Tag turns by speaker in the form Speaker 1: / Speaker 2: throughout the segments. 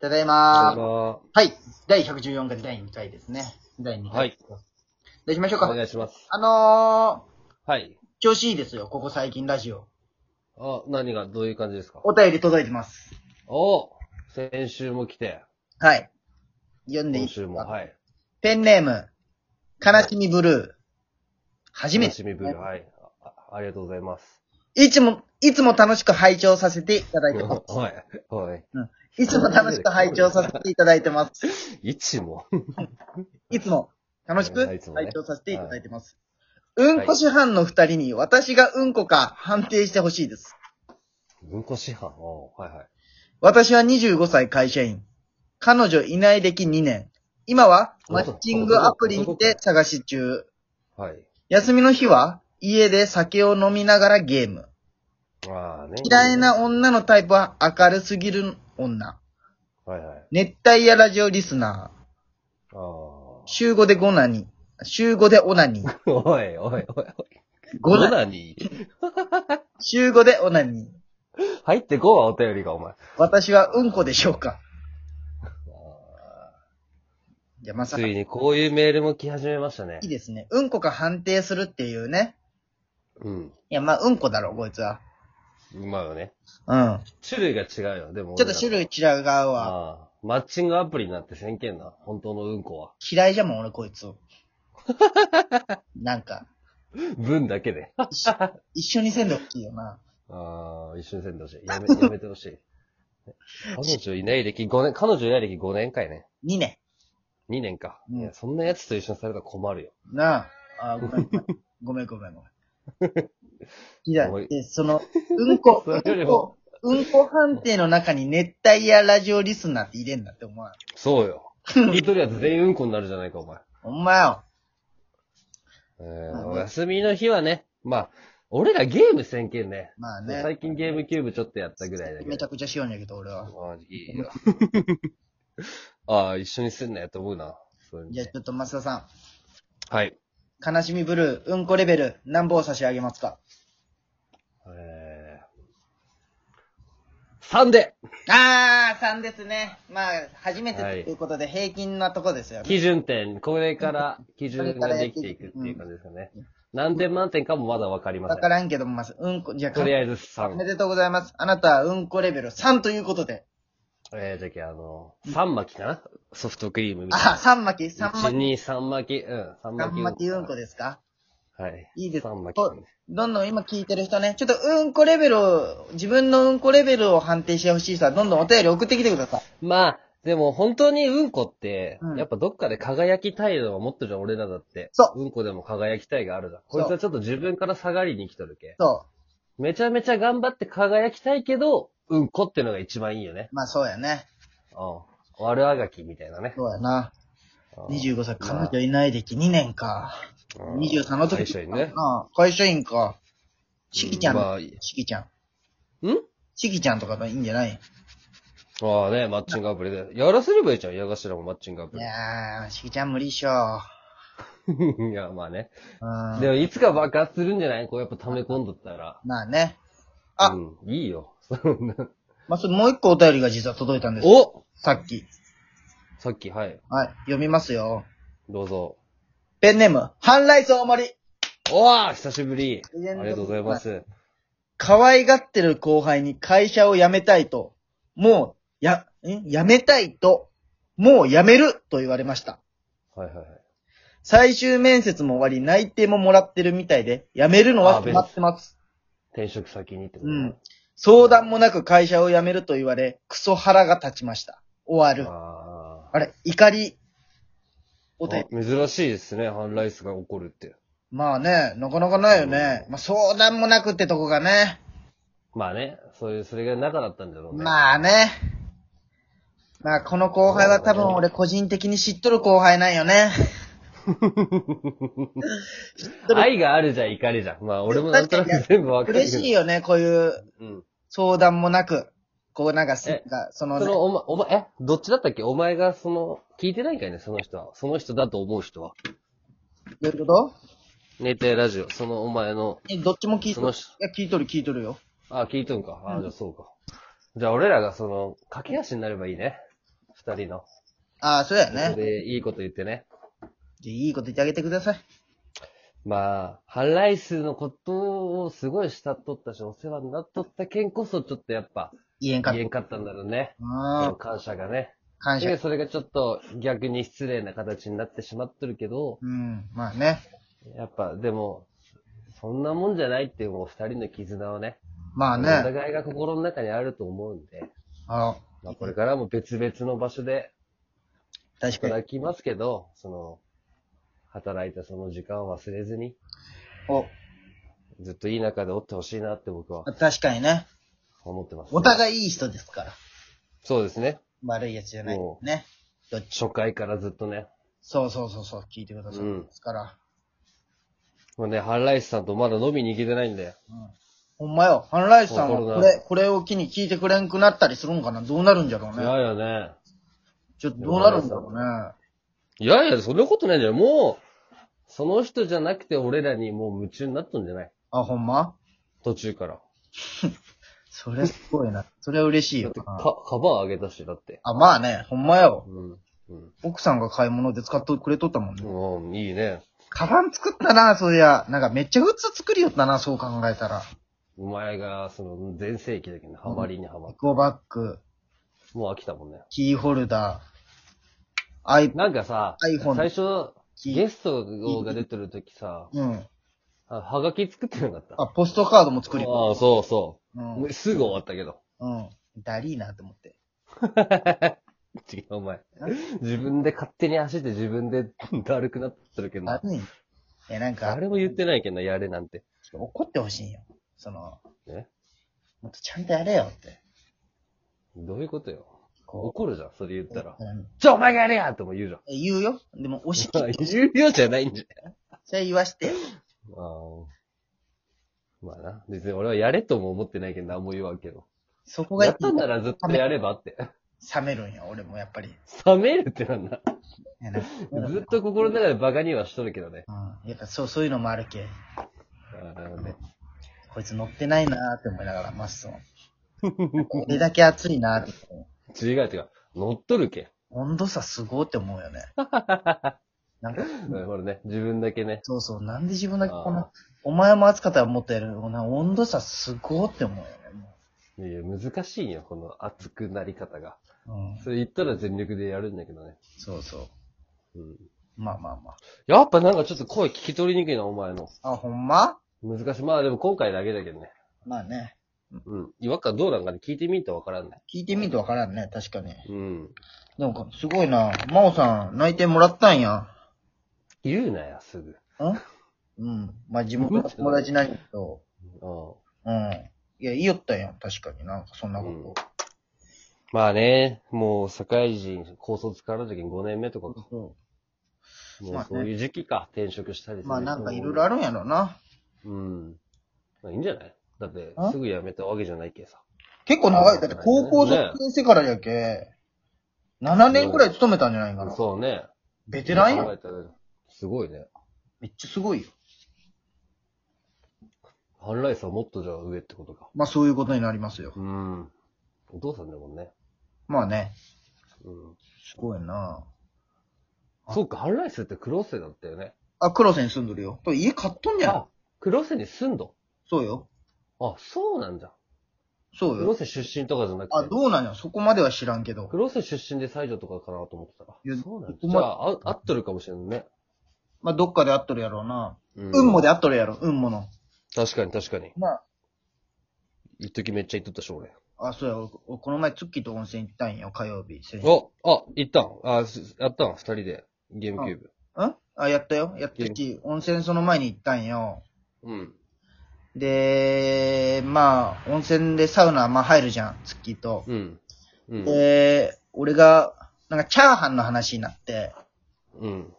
Speaker 1: ただいまはい。第114回で第2回ですね。第2回。
Speaker 2: はい。
Speaker 1: で、行きましょう
Speaker 2: お
Speaker 1: か。
Speaker 2: 願いします。
Speaker 1: あの
Speaker 2: はい。
Speaker 1: ー、調子いいですよ、ここ最近ラジオ。
Speaker 2: あ、何が、どういう感じですか
Speaker 1: お便り届いてます。
Speaker 2: お先週も来て、
Speaker 1: はい。読んでいい
Speaker 2: 今
Speaker 1: です
Speaker 2: 週
Speaker 1: か
Speaker 2: も、はい。
Speaker 1: ペンネーム、悲しみブルー。初め
Speaker 2: 楽
Speaker 1: て。
Speaker 2: しみぶり、はいあ。ありがとうございます。
Speaker 1: いつも、いつも楽しく拝聴させていただいて ます。
Speaker 2: はい。はい。
Speaker 1: いつも楽しく拝聴させていただいてます。
Speaker 2: 一も。
Speaker 1: いつも楽しく
Speaker 2: はいいつもね
Speaker 1: 拝聴させていただいてます。うんこ師範の二人に私がうんこか判定してほしいです。
Speaker 2: うんこ師範。おはいはい。
Speaker 1: 私は25歳会社員。彼女いない歴2年。今はマッチングアプリにて探し中。
Speaker 2: はい。
Speaker 1: 休みの日は家で酒を飲みながらゲーム。
Speaker 2: ああね。
Speaker 1: 嫌いな。女のタイプは明るすぎる女。
Speaker 2: はいはい。
Speaker 1: 熱帯夜ラジオリスナー。
Speaker 2: ああ。お
Speaker 1: 週5でゴナニ。週5でオナニ。
Speaker 2: いおいおいおい。
Speaker 1: ゴナニ。
Speaker 2: ナに
Speaker 1: 週5でオナニ。
Speaker 2: 入ってこはお便りが、お前。
Speaker 1: 私はうんこでしょうか
Speaker 2: あ
Speaker 1: いや、ま
Speaker 2: ー
Speaker 1: さ
Speaker 2: つ
Speaker 1: か。い
Speaker 2: いにこういうメールも来始めましたね
Speaker 1: い。ですね。うんこか判定するっていうね。
Speaker 2: うん。
Speaker 1: いや、まあ、うんこだろう、こいつは。
Speaker 2: まあよね。
Speaker 1: うん。
Speaker 2: 種類が違うよ、でも。
Speaker 1: ちょっと種類違う側は、
Speaker 2: ああ、マッチングアプリになってせんけんな。本当のうんこは。
Speaker 1: 嫌いじゃもん、俺、こいつ。なんか、
Speaker 2: 分だけで。
Speaker 1: 一緒にせんでほしいよな。
Speaker 2: ああ、一緒にせんでほしい。やめ、やめてほし い。彼女いない歴5年、彼女いない歴5年かいね。
Speaker 1: 2年。
Speaker 2: 2年か。
Speaker 1: うん
Speaker 2: いや、そんなやつと一緒にされたら困るよ。
Speaker 1: なあ。あーごめん、ごめん、ごめん、 ごめん。いや
Speaker 2: おい
Speaker 1: で、その、うんこ、
Speaker 2: それよ
Speaker 1: うん
Speaker 2: りも
Speaker 1: こ、うんこ判定の中に熱帯夜ラジオリスナーって入れんなって思わん。
Speaker 2: そうよ。 聞いとるやつ全員うんこになるじゃないか、お前。
Speaker 1: ほんまよ。
Speaker 2: えー、お休みの日はね、まあ、俺らゲームせんけんね。
Speaker 1: まあね。
Speaker 2: 最近ゲームキューブちょっとやったぐらいだけ
Speaker 1: めち
Speaker 2: ど
Speaker 1: ゃ。くちゃしようんやけど、俺は。
Speaker 2: マジい いよ。ああ、一緒にすんなやと思うな。そういうの
Speaker 1: じゃあ、ちょっと、増田さん。
Speaker 2: はい。
Speaker 1: 悲しみブルー、うんこレベル、何本差し上げますか
Speaker 2: えー、3で
Speaker 1: あー、3ですね。まあ、初めてということで、平均なとこですよね。
Speaker 2: 基準点、これから基準ができていくっていう感じですかね。何点満点かもまだわかりま
Speaker 1: わ
Speaker 2: せ
Speaker 1: か
Speaker 2: ん。
Speaker 1: らんけども、まず、うんこ、じゃあ、
Speaker 2: とりあえず
Speaker 1: お
Speaker 2: 3
Speaker 1: め。でとうございます。あなたはうんこレベル3ということで。
Speaker 2: えー、じゃあ、あの、3巻きかなソフトクリームみたい
Speaker 1: あ、
Speaker 2: な。
Speaker 1: 3巻き ?3
Speaker 2: 1、
Speaker 1: 巻
Speaker 2: 2、3巻き。うん、3
Speaker 1: き
Speaker 2: 巻き。
Speaker 1: ?3 巻きうんこ。ですか
Speaker 2: はい。
Speaker 1: いいです
Speaker 2: 3巻きだね。
Speaker 1: どんどん今聞いてる人ね、ちょっとうんこレベルを、自分のうんこレベルを判定してほしい人は、どんどんお便り送ってきてください。
Speaker 2: まあ、でも本当にうんこって
Speaker 1: うん、
Speaker 2: やっぱどっかで輝きたいのを持ってるじゃん、俺らだって。。
Speaker 1: そう
Speaker 2: うんこでも輝きたいがあるじゃん。こいつはちょっと自分から下がりに来とるけ。
Speaker 1: そ
Speaker 2: めちゃめちゃ頑張って輝きたいけど、うんこってのが一番いいよね。
Speaker 1: う。まあ、そうやね。
Speaker 2: うん。悪あがきみたいなね。
Speaker 1: そうやな。25歳、彼
Speaker 2: まあ
Speaker 1: 女いない歴2年か。
Speaker 2: うん
Speaker 1: 23の時。
Speaker 2: 会社員ね。
Speaker 1: ああ会社員か。しきちゃん、
Speaker 2: うんまあいい
Speaker 1: しきちゃん。
Speaker 2: ん
Speaker 1: しきちゃんとかがいいんじゃない
Speaker 2: ああね、マッチングアプリで。やらせればいいじゃん、矢頭もマッチングアプ
Speaker 1: いやー、しきちゃん無理っしょ。
Speaker 2: リ。いや、まあね。
Speaker 1: うん。
Speaker 2: でも、いつか爆発するんじゃないこうやっぱ溜め込んどったら。
Speaker 1: まあね。あ
Speaker 2: うん、いいよ。 そんな
Speaker 1: まあ、それもう一個お便りが実は届いたんです。
Speaker 2: お
Speaker 1: さっき。
Speaker 2: さっき、はい。
Speaker 1: はい、読みますよ。
Speaker 2: どうぞ。
Speaker 1: ペンネーム、半来大森。
Speaker 2: おわ久しぶり。あ
Speaker 1: レ
Speaker 2: り
Speaker 1: ジェンド
Speaker 2: がとうございます。
Speaker 1: 可愛がってる後輩に会社を辞めたいと、もう、や、ん辞めたいと、もう辞めると言われました。
Speaker 2: はいはいはい。
Speaker 1: 最終面接も終わり、内定ももらってるみたいで、辞めるのは決まってます。
Speaker 2: 転職先にってこと
Speaker 1: う
Speaker 2: ね
Speaker 1: ん。相談もなく会社を辞めると言われ、クソ腹が立ちました。終わる。
Speaker 2: ああ。
Speaker 1: あれ、怒り、お便り。
Speaker 2: あ珍しいですね、ハンライスが起こるって。
Speaker 1: まあね、なかなかないよね。まあ相談もなくってとこがね。
Speaker 2: まあね、そういう、それが仲だったんだろうね。あ。
Speaker 1: まあね。まあこの後輩は多分俺個人的に知っとる後輩なんよね。
Speaker 2: 愛があるじゃん、怒りじゃん。まあ、俺もなんとなく全部わかるけど。
Speaker 1: 嬉しいよね、こういう
Speaker 2: うん。
Speaker 1: 相談もなく。こうなんかす
Speaker 2: え、
Speaker 1: がその
Speaker 2: そ
Speaker 1: ね、
Speaker 2: の、おま、おま、え、どっちだったっけお前が、その、聞いてないんかいね、その人は。その人だと思う人は。
Speaker 1: どういうこと
Speaker 2: 寝てラジオ、そのお前の、
Speaker 1: えどっちも聞い
Speaker 2: そ
Speaker 1: とる。
Speaker 2: の人。
Speaker 1: いや、聞いとる聞いとるよ。
Speaker 2: あ、聞いとんか。あ、じゃあそうか。じゃあ俺らがその、駆け足になればいいね。二人の。
Speaker 1: ああ、そうや
Speaker 2: そ
Speaker 1: ね。
Speaker 2: れで、いいこと言ってね。
Speaker 1: じゃあいいこと言ってあげてください。
Speaker 2: まあ、ハンライスのことをすごい慕っとったし、お世話になっとった件こそ、ちょっとやっぱ、
Speaker 1: 言えんかっ
Speaker 2: 言えんかったんだろうね。
Speaker 1: た。ああ、
Speaker 2: 感謝がね。
Speaker 1: 感謝
Speaker 2: で。それがちょっと逆に失礼な形になってしまっとるけど、
Speaker 1: うん、まあね。
Speaker 2: やっぱ、でも、そんなもんじゃないっていう、もう二人の絆をね、
Speaker 1: まあ
Speaker 2: お
Speaker 1: ね。
Speaker 2: 互いが心の中にあると思うんで、
Speaker 1: あ
Speaker 2: まあ、これからも別々の場所で
Speaker 1: 確かに。
Speaker 2: 働きますけど、その、働いたその時間を忘れずに、
Speaker 1: お、
Speaker 2: ずっといい中でおってほしいなって僕は
Speaker 1: 確かにね。
Speaker 2: 思ってます、
Speaker 1: お
Speaker 2: い。
Speaker 1: 互いいい人ですから。
Speaker 2: そうですね。
Speaker 1: 悪いやつじゃない
Speaker 2: お。
Speaker 1: ね。どっち
Speaker 2: 初回からずっとね。
Speaker 1: そうそうそうそう、聞いてください。
Speaker 2: うん
Speaker 1: ですから。
Speaker 2: もうね、ハンライスさんとまだ飲みに行けてないんで、
Speaker 1: うん。ほんまよ。ハンライスさん
Speaker 2: わ
Speaker 1: は
Speaker 2: かる
Speaker 1: こ
Speaker 2: な
Speaker 1: れ、これを機に聞いてくれんくなったりするんかなどうなるんじゃろう
Speaker 2: 嫌
Speaker 1: ね。
Speaker 2: やね。
Speaker 1: ちょっとどうなるんだろうね。
Speaker 2: いやいや、そんなことないんだよ。もう、その人じゃなくて俺らにもう夢中になったんじゃない
Speaker 1: あ、ほんま
Speaker 2: 途中から。
Speaker 1: それすごいな。それは嬉しい
Speaker 2: だっ
Speaker 1: よ
Speaker 2: て、か
Speaker 1: な。、
Speaker 2: カバーあげたし、だって。
Speaker 1: あ、まあね、ほんまよ。
Speaker 2: うん。うん。
Speaker 1: 奥さんが買い物で使ってくれとったもんね。
Speaker 2: うん、いいね。
Speaker 1: カバン作ったな、そういや。なんかめっちゃ普通作りよったな、そう考えたら。
Speaker 2: お前が、その、全盛期だけど、ハマりにハマ
Speaker 1: エ
Speaker 2: っ
Speaker 1: コバッグ、
Speaker 2: て。もう飽きたもんね。
Speaker 1: キーホルダー、アイ、
Speaker 2: なんかさ、
Speaker 1: iPhone
Speaker 2: 最初、
Speaker 1: キー
Speaker 2: ゲストが出てる時さ、
Speaker 1: うん。
Speaker 2: あはがき作ってなかった。
Speaker 1: あ、ポストカードも作りよ
Speaker 2: ああ、そうそうう。
Speaker 1: ん。
Speaker 2: もうすぐ終わったけど。
Speaker 1: うん。ダリーなと思って。
Speaker 2: 違う、お前。自分で勝手に走って自分でだるくなってるけど
Speaker 1: ダ、リーえ、なんか、
Speaker 2: 誰も言ってないけどな、やれなんて。
Speaker 1: 怒ってほしいんよ。その、
Speaker 2: ね。
Speaker 1: もっとちゃんとやれよって。
Speaker 2: どういうことよ。
Speaker 1: こ
Speaker 2: 怒るじゃん、それ言ったら。
Speaker 1: うん
Speaker 2: じゃあお前がやれやっても言うじゃん。
Speaker 1: え言うよ。でも、押し切って、
Speaker 2: 言うよじゃないんじ
Speaker 1: それ言わして。
Speaker 2: ゃん。ああ。まあな。別に俺はやれとも思ってないけど、何も言わんけど。
Speaker 1: そこが
Speaker 2: やったんならずっとやればって。
Speaker 1: 冷めるんや、俺もやっぱり。
Speaker 2: 冷めるってなんだ。
Speaker 1: えなんか
Speaker 2: ずっと心の中でバカにはしとるけどね。
Speaker 1: うん。やっぱそう、そういうのもあるけ。
Speaker 2: ああなるほどね
Speaker 1: こいつ乗ってないなーって思いながら、マッソン。これだけ暑いなーって思う。
Speaker 2: 違う違う。乗っとるけ。
Speaker 1: 温度差すごーって思うよね。なんか、
Speaker 2: なるほどね。自分だけね。
Speaker 1: そうそう、なんで自分だけこん
Speaker 2: あ
Speaker 1: な
Speaker 2: ー、
Speaker 1: お前も暑かったらもっとやるのな、温度差すごーって思うよね。
Speaker 2: いやいや、難しいよ、この熱くなり方が。
Speaker 1: もううん。
Speaker 2: それ言ったら全力でやるんだけどね。
Speaker 1: そうそう。
Speaker 2: うん。
Speaker 1: まあまあま
Speaker 2: やっぱなんかちょっと声聞き取りにくいな、お前の。
Speaker 1: あ。あ、ほんま
Speaker 2: 難しい。まあでも今回だけだけどね。
Speaker 1: まあね。
Speaker 2: うん。違和感どうなんかね、聞いてみんとわからんね。
Speaker 1: 聞いてみるとわからんね、確かに。
Speaker 2: うん。
Speaker 1: なんか、すごいな。真央さん、内定もらったんや。
Speaker 2: 言うなよ、すぐ。
Speaker 1: うん。まあ、地元の友達なんやけど。
Speaker 2: うん。
Speaker 1: うん。いや、言いよったんやん、確かになんか、そんなこと。
Speaker 2: まあね、もう社会人、高卒からだけど5年目とかか、
Speaker 1: そま
Speaker 2: も
Speaker 1: あ
Speaker 2: う
Speaker 1: ね
Speaker 2: そういう時期か、転職したり
Speaker 1: うまあ、なんかいろいろあ
Speaker 2: る。
Speaker 1: るんやろな。
Speaker 2: うん。まあいいんじゃないだって
Speaker 1: あ、
Speaker 2: すぐ辞めたわけじゃないけさ。
Speaker 1: 結構長い。だって、高校卒
Speaker 2: ね
Speaker 1: 業してからやけ。7年くらい勤めたんじゃないかな。
Speaker 2: そうね。
Speaker 1: ベテランや
Speaker 2: 考
Speaker 1: ん。
Speaker 2: えたらすごいね。
Speaker 1: めっちゃすごいよ。
Speaker 2: ハンライスはもっとじゃあ上ってことか。
Speaker 1: まあ、そういうことになりますよ。
Speaker 2: うん。お父さんだもんね。
Speaker 1: まあね。
Speaker 2: うん。
Speaker 1: すごいなあ
Speaker 2: そうか、ハンライスってクロスだったよね。
Speaker 1: あ、黒瀬に住んどるよ。と家買っとんじゃん
Speaker 2: あ。、クロスに住んど。
Speaker 1: そうよ。
Speaker 2: あ、そうなんじゃ。
Speaker 1: そう
Speaker 2: クロ
Speaker 1: よ。
Speaker 2: ス出身とかじゃなくて。
Speaker 1: あ、どうなんや。そこまでは知らんけど。
Speaker 2: クロス出身で西条とかかなと思ってたら。
Speaker 1: いや
Speaker 2: そうなんだ。
Speaker 1: ほん
Speaker 2: じ
Speaker 1: ま
Speaker 2: ゃあ、あ合っとるかもしれんね。
Speaker 1: まあ、どっかで会っとるやろうな。
Speaker 2: うん
Speaker 1: 雲母で会っとるやろ。雲母の。
Speaker 2: 確かに確かに。
Speaker 1: まあ、
Speaker 2: 一時めっちゃ行っとったし、俺。
Speaker 1: あ、そうや。俺この前、ツッキーと温泉行ったんよ、火曜日。先週
Speaker 2: お、あ、行ったん。あ、すやったん、二人で。ゲームキューブ。
Speaker 1: んあ、やったよ。やったし、温泉その前に行ったんよ。
Speaker 2: うん。
Speaker 1: で、まあ、温泉でサウナ、まあ入るじゃん、ツッキーと。
Speaker 2: うん。うん。
Speaker 1: で、俺が、なんかチャーハンの話になって、
Speaker 2: うん。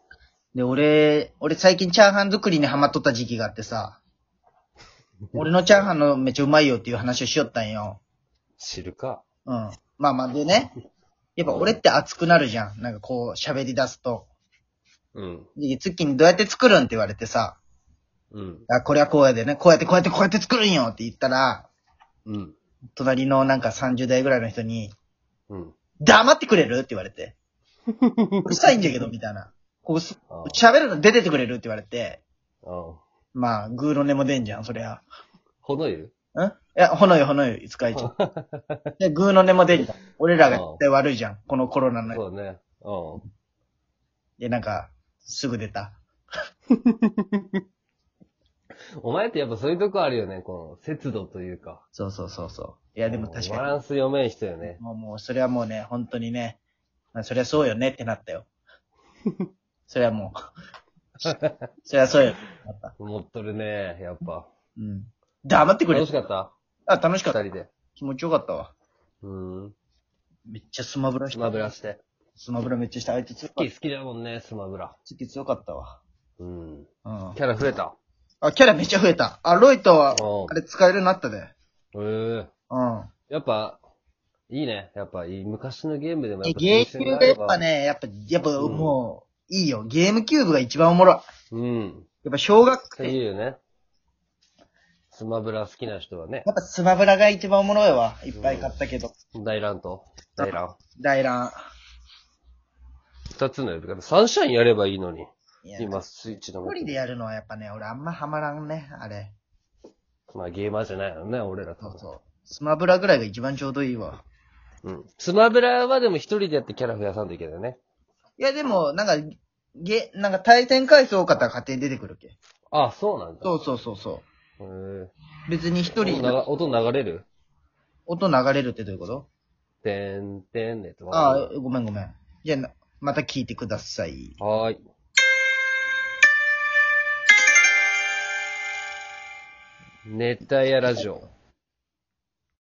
Speaker 1: で、俺、俺最近チャーハン作りにハマっとった時期があってさ、俺のチャーハンのめっちゃうまいよっていう話をしよったんよ。
Speaker 2: 知るか。
Speaker 1: うん。まあまあでね、やっぱ俺って熱くなるじゃん。なんかこう喋り出すと。
Speaker 2: うん。
Speaker 1: で、ツッキーにどうやって作るんって言われてさ、
Speaker 2: うん。
Speaker 1: あ、これはこうやでね、こうやってこうやってこうやって作るんよって言ったら、
Speaker 2: うん。
Speaker 1: 隣のなんか30代ぐらいの人に、
Speaker 2: うん。
Speaker 1: 黙ってくれるって言われて。うるさいんだけど、みたいな。こうす、
Speaker 2: あ
Speaker 1: 喋るの出ててくれるって言われて。
Speaker 2: あうん
Speaker 1: まあ、グーの音も出んじゃん、そりゃ。
Speaker 2: ほのゆ
Speaker 1: んいや、ほのよほのよ、いつかいちゃ う。で、グーの音も出んじゃん。俺らが絶対悪いじゃん、このコロナの。
Speaker 2: そうね。うん。
Speaker 1: で、なんか、すぐ出た。
Speaker 2: お前ってやっぱそういうとこあるよね、この、節度というか。
Speaker 1: そうそうそうそう。いや、でも確
Speaker 2: バ
Speaker 1: か
Speaker 2: ランス読めん人よね
Speaker 1: に。。もう、もう、それはもうね、本当にね、まあ、そりゃそうよねってなった よ。それはもう、そりゃそうよ。なった。
Speaker 2: 持っとるね、やっぱ。
Speaker 1: うん。黙ってくれ
Speaker 2: 楽し。かった
Speaker 1: あ、楽しかった。
Speaker 2: 二人で。
Speaker 1: 気持ちよかったわ。
Speaker 2: うん。
Speaker 1: めっちゃスマブラし
Speaker 2: ス
Speaker 1: た。
Speaker 2: マブラして。
Speaker 1: スマブラめっちゃした。あいつ強か
Speaker 2: 好
Speaker 1: っ
Speaker 2: き、好きだもんね、スマブラ。
Speaker 1: た。強かったわ。
Speaker 2: うん。
Speaker 1: うん。
Speaker 2: キャラ増えた。
Speaker 1: あ、キャラめっちゃ増えた。あ、ロイとは、
Speaker 2: うん
Speaker 1: あれ使えるようになったで。
Speaker 2: ええ
Speaker 1: うん。
Speaker 2: やっぱ、いいね。やっぱいい。昔のゲームでもやっぱ
Speaker 1: ゲームがやっぱ。ね、やっぱ、やっぱ
Speaker 2: うん
Speaker 1: もう、いいよ。ゲームキューブが一番おもろい。
Speaker 2: うん。
Speaker 1: やっぱ小学
Speaker 2: って
Speaker 1: 生、や
Speaker 2: いうよね。スマブラ好きな人はね。
Speaker 1: っぱスマブラが一番おもろいわ。いっぱい買ったけど。
Speaker 2: 大乱闘。大乱。
Speaker 1: 大乱。
Speaker 2: 二つの呼び方。サンシャインやればいいのに。
Speaker 1: いや
Speaker 2: 今、スイッチの持っ
Speaker 1: 一
Speaker 2: て
Speaker 1: 人でやるのはやっぱね、俺あんまハマらんね、あれ。
Speaker 2: まあゲーマーじゃないのね、俺ら
Speaker 1: そ
Speaker 2: と
Speaker 1: う。そう。スマブラぐらいが一番ちょうどいいわ。
Speaker 2: うん。スマブラはでも一人でやってキャラ増やさんといけないね。
Speaker 1: いやでも、なんか、ゲ、なんか対戦回数多かったら勝手に出てくるけ。
Speaker 2: あ、そうなんだ。
Speaker 1: そうそうそうそう。
Speaker 2: へー
Speaker 1: 別に一人
Speaker 2: 音な音流れる
Speaker 1: 音流れるってどういうこと
Speaker 2: てんてんねとか。
Speaker 1: ああ、ごめんごめん。じゃあな、また聞いてください。
Speaker 2: はーい。熱帯夜ラジオ。